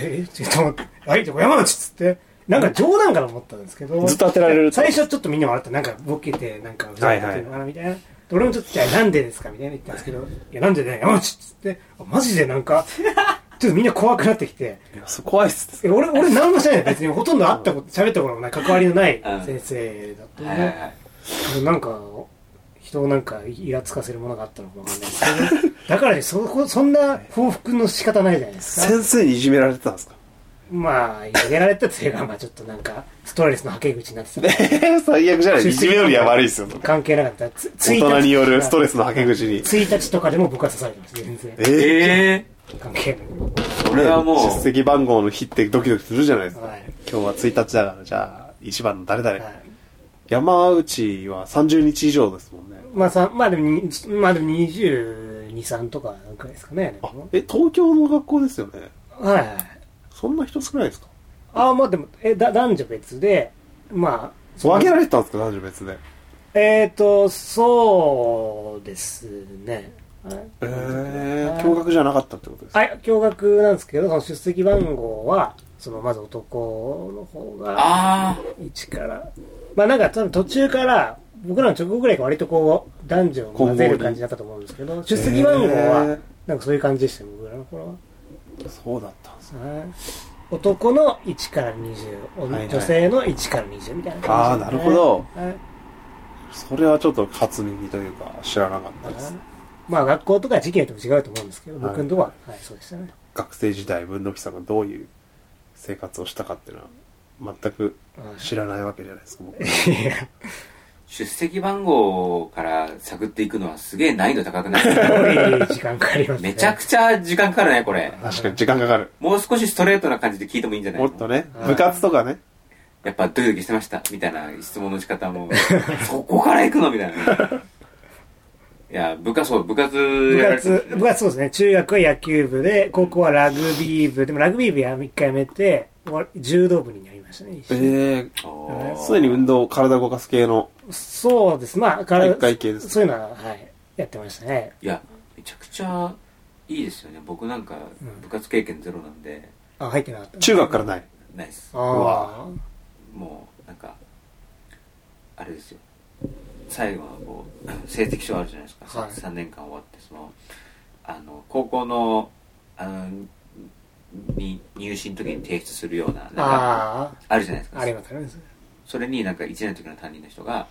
Speaker 3: えーちょっと待って、はい、でこ山内っつって、なんか冗談から思ったんですけど、
Speaker 2: ずっと当てられると
Speaker 3: 最初ちょっとみんな笑って、なんかボケて、なんかふざけてるのかなみたいな。で俺もちょっと、じゃあなんでですかみたいな言ったんですけど、いや、なんでね、山内っつって、あマジでなんか、ちょっとみんな怖くなってきて、
Speaker 2: いやそ怖いっす。
Speaker 3: え俺、俺何もしてない別にほとんど会ったこと、喋ったこともない、関わりのない
Speaker 1: うん
Speaker 3: 先生だった
Speaker 1: は
Speaker 3: ん
Speaker 1: いはい
Speaker 3: で
Speaker 1: はい
Speaker 3: なんか、人をなんかイラつかせるものがあったのかわかんないですけど、だからねそこ、そんな報復の仕方ないじゃないですか。
Speaker 2: 先生にいじめられてたんですか
Speaker 3: まあ、いじめられたというか、まあちょっとなんか、ストレスのはけ口になっ
Speaker 1: [LAUGHS]
Speaker 3: てた。
Speaker 2: 最悪じゃない。いじめよりは悪いっすよ。
Speaker 3: 関係なかった。つ
Speaker 2: 大人によるストレスのはけ口に。
Speaker 3: 1日とかでも僕は刺されてます、全然。
Speaker 2: え
Speaker 1: え
Speaker 3: 関係ない。
Speaker 1: え。それはもう。
Speaker 2: 出席番号の日ってドキドキするじゃないですか。
Speaker 3: はい
Speaker 2: 今日は1日だから、じゃあ、1番の誰々。
Speaker 3: はい
Speaker 2: 山内は30日以上ですもんね。
Speaker 3: まあさ、まあでもに、まあでも22、3とかくらいですかね。で
Speaker 2: あ
Speaker 3: も、
Speaker 2: え、東京の学校ですよね。
Speaker 3: はいはいはい。
Speaker 2: そんな人少ないですか
Speaker 3: ああ、まあでも、え、だ、男女別で、まあ、その
Speaker 2: 分けられてたんですか男女別で。
Speaker 3: えっ、ー、と、そうですね。はい
Speaker 2: えー、
Speaker 3: はい
Speaker 2: 驚愕じゃなかったってことですか
Speaker 3: あ、驚愕なんですけど、その出席番号は、その、まず男の方が、
Speaker 1: あ
Speaker 3: 1から。まあなんか、多分途中から、僕らの直後ぐらいが割とこう、男女を混ぜる感じだったと思うんですけど、出席番号
Speaker 2: へ
Speaker 3: は
Speaker 2: ー、
Speaker 3: なんかそういう感じでしたね、僕らの頃は。
Speaker 2: そうだったんですね
Speaker 3: はい男の1から20、
Speaker 2: はいはい
Speaker 3: 女性の1から20みたいな感じ、
Speaker 2: あーなるほど
Speaker 3: はい
Speaker 2: それはちょっと初耳というか知らなかったです
Speaker 3: まあ学校とか時期によっても違うと思うんですけど、
Speaker 2: はい
Speaker 3: 僕のとこは、はい、そうでしたね。
Speaker 2: 学生時代文土器さんがどういう生活をしたかっていうのは全く知らないわけじゃ [LAUGHS] ないですか僕
Speaker 1: あ。出席番号から探っていくのはすげえ難易度高くない
Speaker 2: [LAUGHS]
Speaker 3: [LAUGHS] 多い時間かかりますね。
Speaker 1: めちゃくちゃ時間かかるね、これ。
Speaker 2: 確かに時間かかる
Speaker 1: もう少しストレートな感じで聞いてもいいんじゃない
Speaker 2: も
Speaker 1: の
Speaker 2: っとね
Speaker 3: はい
Speaker 2: 部活とかね
Speaker 1: やっぱドキドキしてましたみたいな質問の仕方も [LAUGHS] そこから行くのみたい
Speaker 2: [LAUGHS]
Speaker 1: ないや部活そう部活
Speaker 3: 部
Speaker 1: やられて
Speaker 3: 活、部活そうですね。中学は野球部で、高校はラグビー部。でもラグビー部や一回やめて、わ柔道部になりましたね。一緒に
Speaker 2: ええ
Speaker 1: おー
Speaker 2: 常に運動体を動かす系の
Speaker 3: そうです。まあ、から
Speaker 2: 体育会系です
Speaker 3: そういうのは、はい、やってましたね。
Speaker 1: いやめちゃくちゃいいですよね僕なんか
Speaker 3: ん
Speaker 1: 部活経験ゼロなんで
Speaker 3: あ、入ってなかった。
Speaker 2: 中学からない
Speaker 1: ないです
Speaker 3: ああ。
Speaker 1: もうなんかあれですよ最後はこう [LAUGHS] 成績書あるじゃないですか、
Speaker 3: はい
Speaker 1: 3年間終わってそのあの高校のあのに入試の時に提出するようななんか
Speaker 3: あ
Speaker 1: あるじゃないです
Speaker 3: あ。
Speaker 1: か
Speaker 3: あります、あります。
Speaker 1: それになんか1年の時の担任の人が、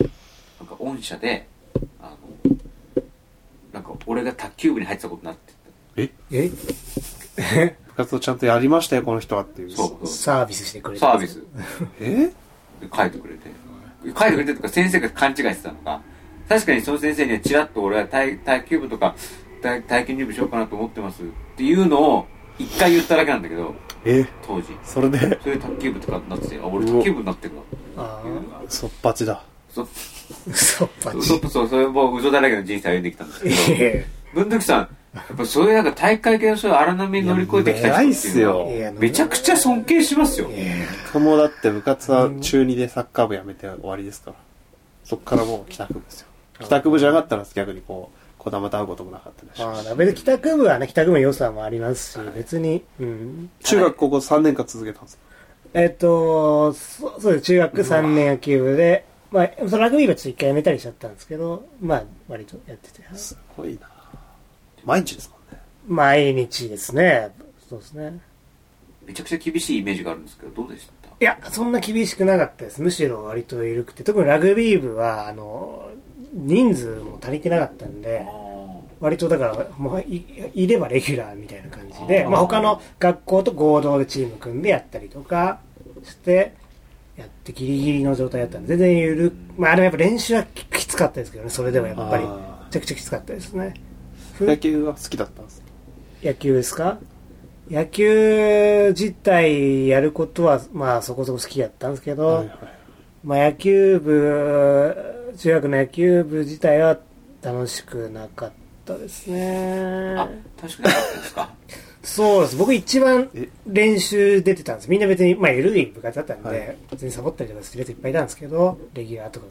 Speaker 1: なんか御社で、あの、なんか俺が卓球部に入ってたことになって
Speaker 3: え
Speaker 2: 部活をちゃんとやりましたよこの人はっていう
Speaker 1: そうそ
Speaker 3: サービスしてく
Speaker 1: う。
Speaker 3: れ
Speaker 1: サー
Speaker 3: たんで
Speaker 1: ビ
Speaker 3: す
Speaker 1: ス
Speaker 3: よ。
Speaker 2: え
Speaker 1: で書いてくれて。書いてくれてとか先生が勘違いしてたのか、確かにその先生にはちらっと俺は体卓球部とか体体験入部しようかなと思ってますっていうのを一回言っただけなんだけど、
Speaker 2: え
Speaker 1: 当時。
Speaker 2: それで
Speaker 1: それで卓球部とかになってて、あ、俺卓球部になってるなって
Speaker 3: あ
Speaker 1: いうのが。
Speaker 2: [LAUGHS] そっぱちだ
Speaker 1: そ
Speaker 3: あ。嘘っぱ
Speaker 1: そ
Speaker 3: ち。
Speaker 1: うそう、それもう嘘だらけの人生歩んできたんですけど。
Speaker 3: [LAUGHS] え
Speaker 1: 文徳さん、やっぱそういうなんか大会系のそういう荒波乗り越えてきた人
Speaker 2: いや偉い
Speaker 1: っ
Speaker 2: ってす
Speaker 1: いうのは
Speaker 2: よ
Speaker 3: いや
Speaker 1: めちゃくちゃ尊敬しますよ。
Speaker 3: ええ
Speaker 2: 僕もだって部活は中2でサッカー部やめて終わりですからそっからもう帰宅部ですよ帰宅部じゃなかったら逆にこう児玉と会うこともなかったですし
Speaker 3: まあ、別に帰宅部はね、帰宅部の良さもありますし、別に、うん。
Speaker 2: 中学高校3年間続けたんですよ
Speaker 3: えっ、と、そそうです、中学3年野球部で、まあ、そのラグビー部はちょっと一回やめたりしちゃったんですけど、まあ、割とやってて。
Speaker 2: すごいな毎日ですもんね
Speaker 3: 毎日ですね。そうですね。
Speaker 1: めちゃくちゃ厳しいイメージがあるんですけど、どうでした
Speaker 3: いや、そんな厳しくなかったです。むしろ割と緩くて。特にラグビー部は、あの、人数も足りてなかったんで
Speaker 1: あ、ー
Speaker 3: 割とだから、もういいればレギュラーみたいな感じで、
Speaker 1: あー
Speaker 3: まあ、他の学校と合同でチーム組んでやったりとかして、やってギリギリの状態だったんで、全然ゆる、まあ、あれはやっぱ練習はききつかったですけどね、それでもやっぱり
Speaker 2: あ、
Speaker 3: めちゃくちゃきつかったですね。
Speaker 2: 野球は好きだったんです
Speaker 3: 野球ですか野球自体やることは、まあ、そこそこ好きやったんですけど、
Speaker 2: はいはい
Speaker 3: まあ、野球部、中学の野球部自体は楽しくなかったですね。
Speaker 1: あ確かになかったですか
Speaker 3: そうです。僕一番
Speaker 2: え
Speaker 3: 練習出てたんです。みんな別に、まあ、緩い部活だったんで、
Speaker 2: はい
Speaker 3: 別にサボったりとかするやついっぱいいたんですけど、レギュラーとか。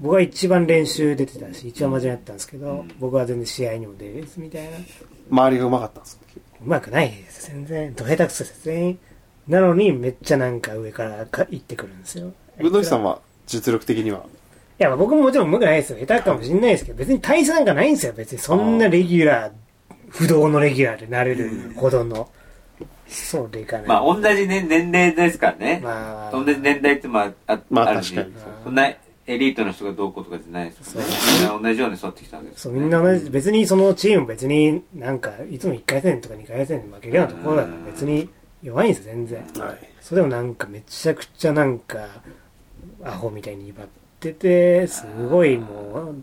Speaker 3: 僕は一番練習出てたし、一番真面目だったんですけど、
Speaker 1: ん
Speaker 3: 僕は全然試合にも出れずみたいな。
Speaker 2: 周りがうまかったんですか
Speaker 3: うまくないです。全然。ど下手くそです。全員。なのに、めっちゃなんか上からか行ってくるんですよ。
Speaker 2: ぶどうしさんは実力的にはい
Speaker 3: や、まあ僕ももちろん上手くないですよ。下手かもしれないですけど、別に大差なんかないんですよ。別にそんなレギュラー、不動のレギュラーでなれるほどの。そうでいかない。
Speaker 1: まあ同じ、ね、年齢ですからね、
Speaker 3: まあ
Speaker 1: 同じ年代ってまああ,、
Speaker 2: まあ
Speaker 1: るし
Speaker 2: 確かに
Speaker 1: そんなエリートの人がどうこうとかじゃないですもんねみんな同じように育ってきたわけです
Speaker 3: そう、
Speaker 1: よね
Speaker 3: みんな同じ、別にそのチームも別になんか、いつも1回戦とか2回戦負けるようなところだから別に弱いんですよ、全然。
Speaker 2: はい
Speaker 3: それでもなんかめちゃくちゃなんか、アホみたいに威張ってて、すごいも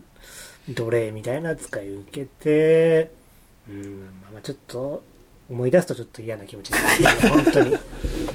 Speaker 3: う、奴隷みたいな扱い受けて、うん、まあちょっと、思い出すとちょっと嫌な気持ちになる。本当に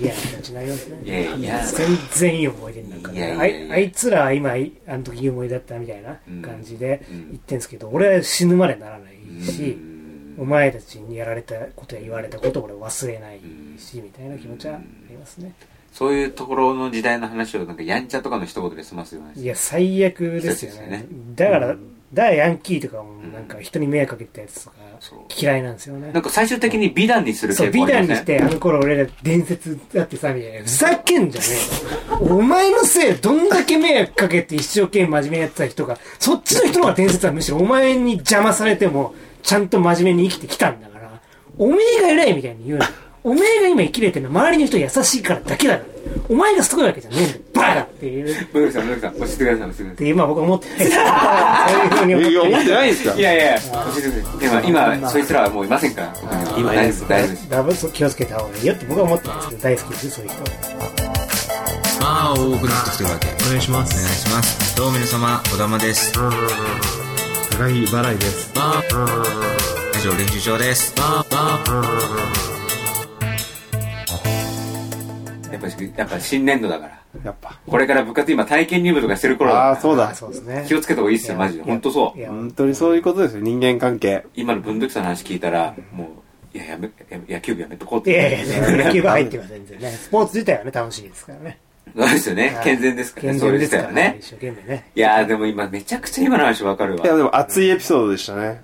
Speaker 3: 嫌な気持ちになりますね。
Speaker 1: いやいや
Speaker 3: 全然いい思い出になんか
Speaker 1: いや
Speaker 3: ね
Speaker 1: いや
Speaker 3: あ
Speaker 1: い
Speaker 3: い
Speaker 1: や
Speaker 3: あいつらは今いあの時いい思い出だったみたいな感じで
Speaker 1: うんうん
Speaker 3: 言ってんですけど、俺は死ぬまでならないし、
Speaker 1: うん
Speaker 3: お前たちにやられたことや言われたことを俺は忘れないし、みたいな気持ちはありますね。
Speaker 1: そういうところの時代の話をなんかやんちゃとかの一言で済ますよね
Speaker 3: いや、最悪ですよ
Speaker 1: そうですよ
Speaker 3: ね
Speaker 1: ね。
Speaker 3: だから、だからヤンキーとかもなんか人に迷惑かけたやつとか
Speaker 1: そう
Speaker 3: 嫌いなんですよね
Speaker 1: なん。か最終的に美談にする
Speaker 3: そう、
Speaker 1: 傾
Speaker 3: 美
Speaker 1: 向ありま
Speaker 3: 談
Speaker 1: すね
Speaker 3: にして、あの頃俺ら伝説だってさ、みたいな。ふざけんじゃねえよ。お前のせい、どんだけ迷惑かけて一生懸命真面目にやってた人が、そっちの人の方が伝説はむしろお前に邪魔されても、ちゃんと真面目に生きてきたんだから、おめえが偉いみたいに言うな。おめえが今生きれてるのは周りの人優しいからだけだから。お前がすごいわけじゃねえんだよ。バカっていう。
Speaker 1: 室木さん室木さん教えてください教えてくだ
Speaker 3: っ
Speaker 1: さ
Speaker 3: て今僕は思ってないです。そういうふうに思って
Speaker 2: いや思ってないんですか
Speaker 1: いいやいや教えてください今今そいつらはもういませんから
Speaker 2: 今いない
Speaker 1: 大丈
Speaker 2: です
Speaker 1: 夫大丈夫です
Speaker 3: ダブル気をつけた方がいいよって僕は思ってますけど、大好きです、そういう人。
Speaker 4: まあ多くなってきてるわけ
Speaker 5: お願いしま
Speaker 4: お願い
Speaker 5: す。
Speaker 4: しますどうも皆様小玉です
Speaker 5: 高木払いです。
Speaker 4: バー以上練習場ですバーバー
Speaker 1: やっぱしやっぱ新年度だから
Speaker 2: やっぱ
Speaker 1: これから部活今体験入部とかしてる頃
Speaker 2: ああ
Speaker 1: だ
Speaker 2: そうだ
Speaker 3: あそうですね。
Speaker 1: 気をつけた方がいいっすよマジで本当そう
Speaker 3: いや、
Speaker 2: 本当にそういうことですよ人間関係
Speaker 1: 今の文土器さんの話聞いたらもういややめやめ野球部やめとこうっ
Speaker 3: い
Speaker 1: て
Speaker 3: やいや全然野球が入っては全然ね。スポーツ自体はね、楽しいですからね。
Speaker 1: [LAUGHS] そうですよね
Speaker 3: はい
Speaker 1: 健全ですからね
Speaker 3: 健
Speaker 1: そう
Speaker 3: 全
Speaker 1: いう
Speaker 3: で
Speaker 1: 時
Speaker 3: す
Speaker 1: 代
Speaker 3: から
Speaker 1: は
Speaker 3: ね
Speaker 1: ね。
Speaker 3: 一生懸命ね。
Speaker 1: いやーでも今めちゃくちゃ今の話わかる
Speaker 2: いや
Speaker 1: わ
Speaker 2: でも熱いエピソードでしたね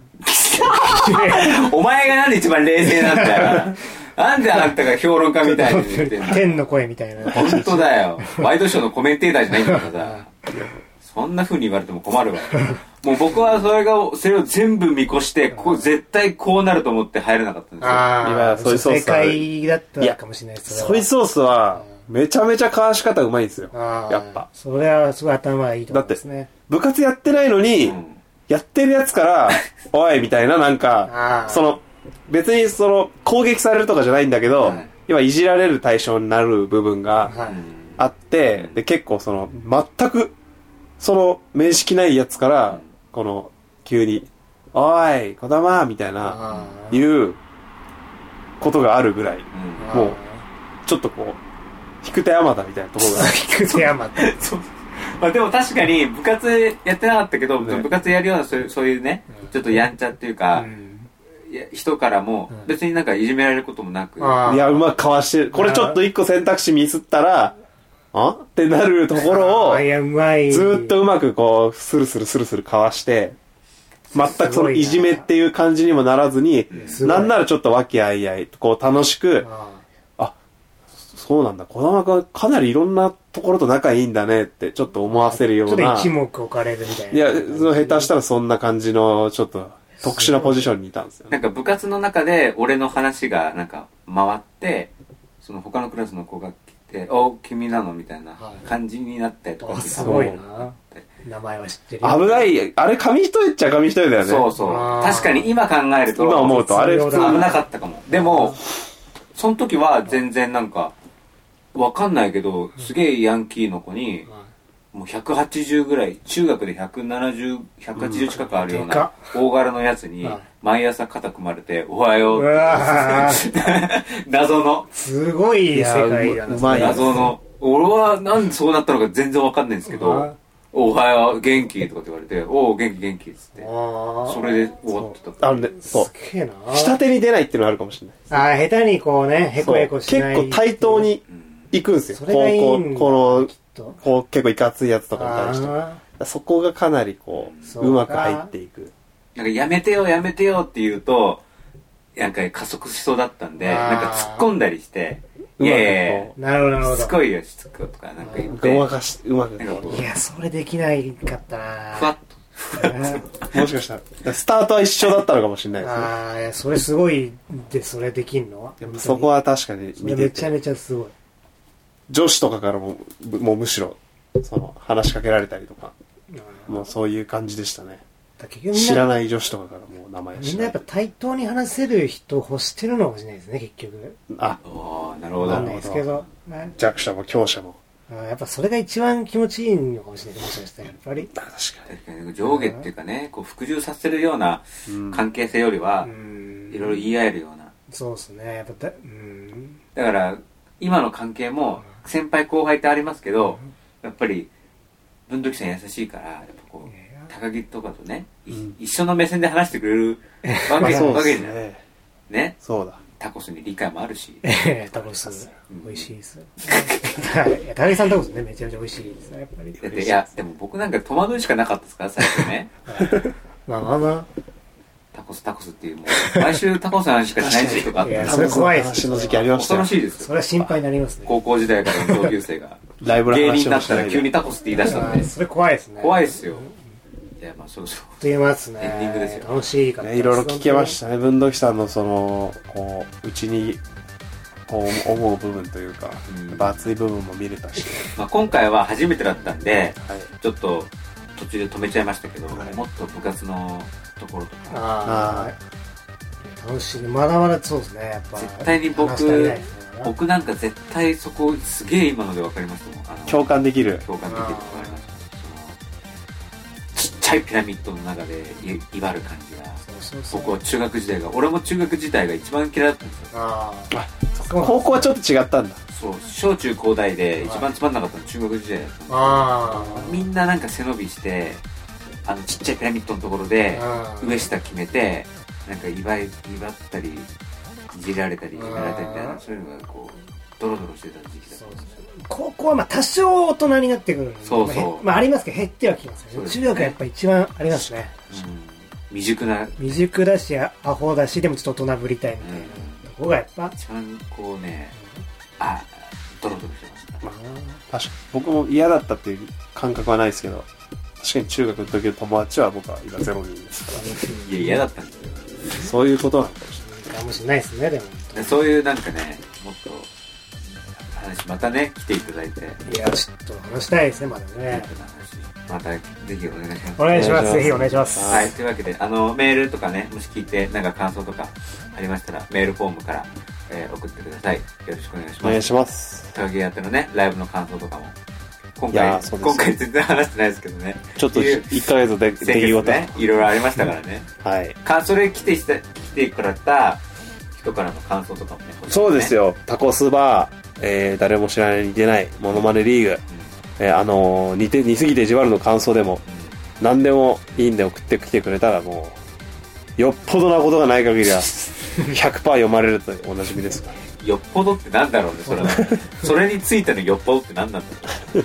Speaker 1: [LAUGHS] お前がなんで一番冷静なんだ
Speaker 3: [LAUGHS]
Speaker 1: よなんであんたが評論家みたいに言ってんの
Speaker 3: 天の声みたいな。
Speaker 1: 本当だよ。ワイドショーのコメンテーターじゃないんだからさ。そんな風に言われても困るわ。もう僕はそれが、それを全部見越して、こう、絶対こうなると思って入れなかったんですよ。
Speaker 3: あ
Speaker 2: 今ソイソー
Speaker 3: 正
Speaker 2: スある
Speaker 3: 解だったかもしれないです。そ
Speaker 2: ソ
Speaker 3: れ
Speaker 2: イ
Speaker 3: は
Speaker 2: ソースはめちゃめちゃかわし方うまいんですよ
Speaker 3: あー
Speaker 2: やっぱ
Speaker 3: それはすごい頭がいいと思いますね。
Speaker 2: 部活やってないのに、
Speaker 1: ん
Speaker 2: やってるやつ
Speaker 3: [LAUGHS]
Speaker 2: から「おい」みたいななんか
Speaker 3: あー
Speaker 2: その別にその攻撃されるとかじゃないんだけど、
Speaker 1: はい
Speaker 2: 今いじられる対象になる部分が、
Speaker 3: はい
Speaker 2: あって、で、結構その、全く、その、面識ないやつから、この、急に、おーい、こだまみたいな、
Speaker 3: あー
Speaker 2: いう、ことがあるぐらい、
Speaker 1: うん
Speaker 2: もう、ちょっとこう、引く手あまたみたいなところが、
Speaker 3: 菊池山って。
Speaker 1: そうまあでも確かに部活やってなかったけど、
Speaker 2: ね
Speaker 1: 部活やるようなそういうそういうね、ちょっとやんちゃっていうか、
Speaker 3: うん
Speaker 1: いや人からも
Speaker 3: うん
Speaker 1: 別になんかいじめられることもなく、
Speaker 3: あー
Speaker 2: いや、うまくかわしてる。これちょっと一個選択肢ミスったら、あってなるところ
Speaker 3: あい
Speaker 2: を、
Speaker 3: や、うまい。
Speaker 2: ずーっとうまくこう、スルスルスルスルかわして、全くそのいじめっていう感じにもならずに、
Speaker 3: すごい
Speaker 2: なんならちょっと和気あいあい、こう楽しく、
Speaker 3: あ
Speaker 2: あ、そうなんだ。児玉君はかなりいろんなところと仲いいんだねって、ちょっと思わせるよ
Speaker 3: ーちょ
Speaker 2: う
Speaker 3: っと
Speaker 2: な。
Speaker 3: 一目置かれるみたい
Speaker 2: い
Speaker 3: な
Speaker 2: や、その下手したらそんな感じの、ちょっと特殊なポジションにいたんですよ
Speaker 1: な
Speaker 2: ね。
Speaker 1: んか部活の中で俺の話がなんか回って、その他のクラスの子がて「お君なの?」みたいな
Speaker 3: はい
Speaker 1: 感じになったりとか
Speaker 3: あ
Speaker 1: そ
Speaker 3: す
Speaker 1: う
Speaker 3: ごいな名前は知ってるよ
Speaker 2: 危ない、あれ紙一重っちゃ紙一重だよね。
Speaker 1: そうそう
Speaker 3: あー
Speaker 1: 確かに今考えると
Speaker 2: 今思うと、あれ普
Speaker 1: 危
Speaker 2: 通
Speaker 3: だ
Speaker 2: の
Speaker 1: なかったかもでもその時は全然なんかわかんないけどすげえヤンキーの子に
Speaker 3: は
Speaker 1: もう180ぐらい中学で170180近くあるよう
Speaker 3: でか
Speaker 1: な大柄のやつに
Speaker 3: はい
Speaker 1: 毎朝肩組まれて「おはよ」
Speaker 3: いうわー
Speaker 1: [LAUGHS] 謎の
Speaker 3: すごい世界だ
Speaker 2: いやう
Speaker 3: な
Speaker 2: うまいな
Speaker 1: 謎の俺はなんでそうなったのか全然わかんないんですけ
Speaker 3: う
Speaker 1: ど
Speaker 3: ん
Speaker 1: 「おはよう元気?」とかって言われて「おお元気元気」っつってそ
Speaker 3: そ
Speaker 1: れで終わってた
Speaker 2: あのね、そ
Speaker 3: す
Speaker 2: う。
Speaker 3: げえな
Speaker 2: 下手に出ないっていうのはあるかもしれない。
Speaker 3: あー下手にこうねへこへこし
Speaker 2: 結
Speaker 3: ない
Speaker 2: 構対等に行くんですよ。
Speaker 3: それがいい
Speaker 2: こ
Speaker 3: ん
Speaker 2: う、こう、
Speaker 3: だきっと
Speaker 2: この、こう、結構いかついやつとかに対して。だか
Speaker 3: あ
Speaker 2: らそこがかなりこ、
Speaker 3: そううか
Speaker 2: うまく入っていく。
Speaker 1: なんかやめてよやめてよって言うとなんか加速しそうだったんで
Speaker 3: あー
Speaker 1: なんか突っ込んだりして「
Speaker 2: う
Speaker 1: い
Speaker 2: まく
Speaker 1: やいやいや
Speaker 2: こ
Speaker 3: ーなるほどなるほ
Speaker 1: し
Speaker 3: ど
Speaker 1: つこいよしつこい」とかなんか言っ
Speaker 2: う、ごま
Speaker 1: て
Speaker 2: かし、うまくこ
Speaker 3: いやそれできないかったな
Speaker 1: ふわっと
Speaker 2: う、もしかしたら、スタートは一緒だったのかもしれないですね。
Speaker 3: ああいやそれすごいでそれできんの
Speaker 2: やっぱそこは確かに
Speaker 3: それ
Speaker 2: 見て
Speaker 3: めちゃ
Speaker 2: て、
Speaker 3: めちゃすごい
Speaker 2: 女子とかからも、ぶもうむしろ、その、話しかけられたりとか、もうそういう感じでしたね。
Speaker 3: だ結局みん
Speaker 2: 知ら
Speaker 3: な
Speaker 2: ない女子とかからもう名前
Speaker 3: み
Speaker 2: 知
Speaker 3: ん
Speaker 2: ら
Speaker 3: なやっ
Speaker 2: な
Speaker 3: ぱ
Speaker 2: い。
Speaker 3: 対等に話せる人欲してるのかもしれないですね結局
Speaker 2: あ、
Speaker 1: おーなるほ
Speaker 3: わ
Speaker 1: ど
Speaker 3: かんないですけどね
Speaker 2: 弱者も強者も。
Speaker 3: あーやっぱそれが一番気持ちいいのかもしれないもしかしたらやっぱり
Speaker 2: 確か
Speaker 1: 確かに上下っていうかねこう服従させるような
Speaker 2: うん
Speaker 1: 関係性より
Speaker 3: う
Speaker 1: は
Speaker 3: ん
Speaker 1: いろいろ言い合えるような
Speaker 3: そうですねやっぱだうん
Speaker 1: だから今の関係も先輩後輩ってありますけどやっぱり文土器さん優しいからやっぱ [LAUGHS] こう
Speaker 3: いや
Speaker 1: 高木とかとね、い
Speaker 2: うん
Speaker 1: 一緒の目線で話してくれ
Speaker 2: [LAUGHS]
Speaker 1: るわ
Speaker 2: まあ
Speaker 1: け,、
Speaker 2: そう
Speaker 1: わ
Speaker 2: で
Speaker 1: け
Speaker 2: す
Speaker 1: じゃない
Speaker 2: ね。
Speaker 1: ね
Speaker 2: そうだ。
Speaker 1: タコスに理解もある
Speaker 2: [LAUGHS]
Speaker 1: し
Speaker 3: ええタコス美味しいですはいいや高木さんタコスねめちゃめちゃ美味しいですねやっぱり
Speaker 1: だっていやでも僕なんか戸惑いしかなかったですから最初ね [LAUGHS]
Speaker 3: まあまあまあ
Speaker 1: タコスタコスっていうもう毎週タコスの話しかしない時期とかあっ
Speaker 3: いや
Speaker 1: た
Speaker 3: それ怖いです
Speaker 2: 話の時期ありました
Speaker 1: 恐
Speaker 2: よ
Speaker 1: ろしいです
Speaker 3: そ
Speaker 1: よ
Speaker 3: れは心配になりますね
Speaker 1: 高校時代からの同級生が
Speaker 2: ライ [LAUGHS] ブの
Speaker 1: 芸
Speaker 2: 話
Speaker 1: 人になったら
Speaker 2: もし
Speaker 1: 急
Speaker 2: ないで
Speaker 1: にタコスって言い出したん
Speaker 3: あ
Speaker 2: [LAUGHS]
Speaker 3: ー
Speaker 1: で
Speaker 3: それ怖いですね
Speaker 1: 怖いで
Speaker 3: あ
Speaker 1: すよいやまあそろそろ
Speaker 3: っという間ですね
Speaker 1: エンディングですよ
Speaker 3: 楽しいから
Speaker 2: ねいろいろ聞けましたね。文土器さんのその、こう、うちに、こう、思う部分というか、
Speaker 1: うん
Speaker 2: やっぱ熱い部分も見れたし。
Speaker 1: まあ、今回は初めてだったんで、
Speaker 2: はい
Speaker 1: ちょっと途中で止めちゃいましたけど、
Speaker 2: はい
Speaker 1: もっと部活のところとか、
Speaker 3: ああ楽しいまだまだそうですねやっぱ
Speaker 1: 絶対に僕
Speaker 3: 話し足りないですね
Speaker 1: 僕なんか絶対そこすげえ今ので分かりましたもんあの
Speaker 2: 共感できる。
Speaker 1: 共感できる分かりましたそのちっちゃいピラミッドの中でい威張る感じが
Speaker 3: そうそうそう
Speaker 1: 僕は中学時代が俺も中学時代が一番嫌いだったんですよ
Speaker 3: あ
Speaker 2: あ
Speaker 3: あそ
Speaker 2: 高校はちょっと違ったんだ。
Speaker 1: そう小中高大で一番つまんなかったの中学時代だったんですよ
Speaker 3: あ
Speaker 1: みんななんか背伸びしてあのちっちゃいピラミッドのところで
Speaker 3: あ
Speaker 1: 上下決めてなんか威張威張ったりいじられたりいじられたりみたい
Speaker 3: うん
Speaker 1: なそういうのがこうドロドロしてた時期だった
Speaker 3: そ
Speaker 1: ん
Speaker 3: う
Speaker 1: で
Speaker 3: ですす
Speaker 1: よ
Speaker 3: ね高校はまあ多少大人になってくるんで
Speaker 1: そうそう
Speaker 3: まあへまあありますけど減ってはきます
Speaker 1: そう
Speaker 3: ね
Speaker 1: です
Speaker 3: 中
Speaker 1: ね
Speaker 3: 学はやっぱ一番ありますね
Speaker 1: うん未熟な、うん、
Speaker 3: 未熟だしアホだしでもちょっと大人ぶりたいみたいなとこがやっぱ
Speaker 1: 一番こうねあドロドロしてました
Speaker 2: 確かに。僕も嫌だったっていう感覚はないですけど、確かに中学の時の友達は僕は今ゼロ人ですか
Speaker 1: いや嫌だったんですよ
Speaker 2: ら、そういうことなのかもし
Speaker 3: いいかもしれないですねでも
Speaker 1: でそういうなんかねもっと話またね来ていただいて
Speaker 3: いやちょっと話したいですねまだね
Speaker 1: またぜひお願いします
Speaker 3: お願いしま
Speaker 2: お願いしま
Speaker 3: す
Speaker 2: す
Speaker 3: ぜひお願いします
Speaker 1: はい、というわけで、あの、メールとかね、もし聞いて、なんか感想とかありましたら、メールフォームから、えー送ってください。よろしくお願いし
Speaker 2: れない。お願
Speaker 1: ま
Speaker 2: い
Speaker 1: す。
Speaker 2: します。
Speaker 1: 高木やってのね、ライブの感想とかも。今
Speaker 2: いや
Speaker 1: 回、
Speaker 2: ーそうです
Speaker 1: 今回全然話してないですけどね。
Speaker 2: ちょっと
Speaker 1: いう
Speaker 2: 1ヶ月で出
Speaker 1: 先
Speaker 2: 来
Speaker 1: 月
Speaker 2: 事。
Speaker 1: ね、いろいろありましたから
Speaker 2: [LAUGHS]
Speaker 1: ね。
Speaker 2: はい。
Speaker 1: か、それ来てした、来てくれた人からの感想とかもね。欲しいね
Speaker 2: そうです。よ。タコスバー、えー誰も知らない似てない、モノマネリーグ、えーあのー似て、似すぎて意地悪の感想でも、何でもいいんで送ってきてくれたらもう、よっぽどなことがない限
Speaker 3: [LAUGHS]
Speaker 2: りは、100%読まれるとおなじみですから。
Speaker 1: うんよっぽどってなんだろうね、そ
Speaker 2: [LAUGHS]
Speaker 1: れは。それについてのよっぽどって何なんだろう。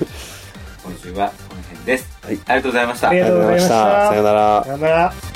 Speaker 1: 今週はこの辺です。
Speaker 2: はい
Speaker 1: ありがとうございました
Speaker 3: あり。がとうございました
Speaker 2: ありがとうございましたさよなら
Speaker 3: さ。よなら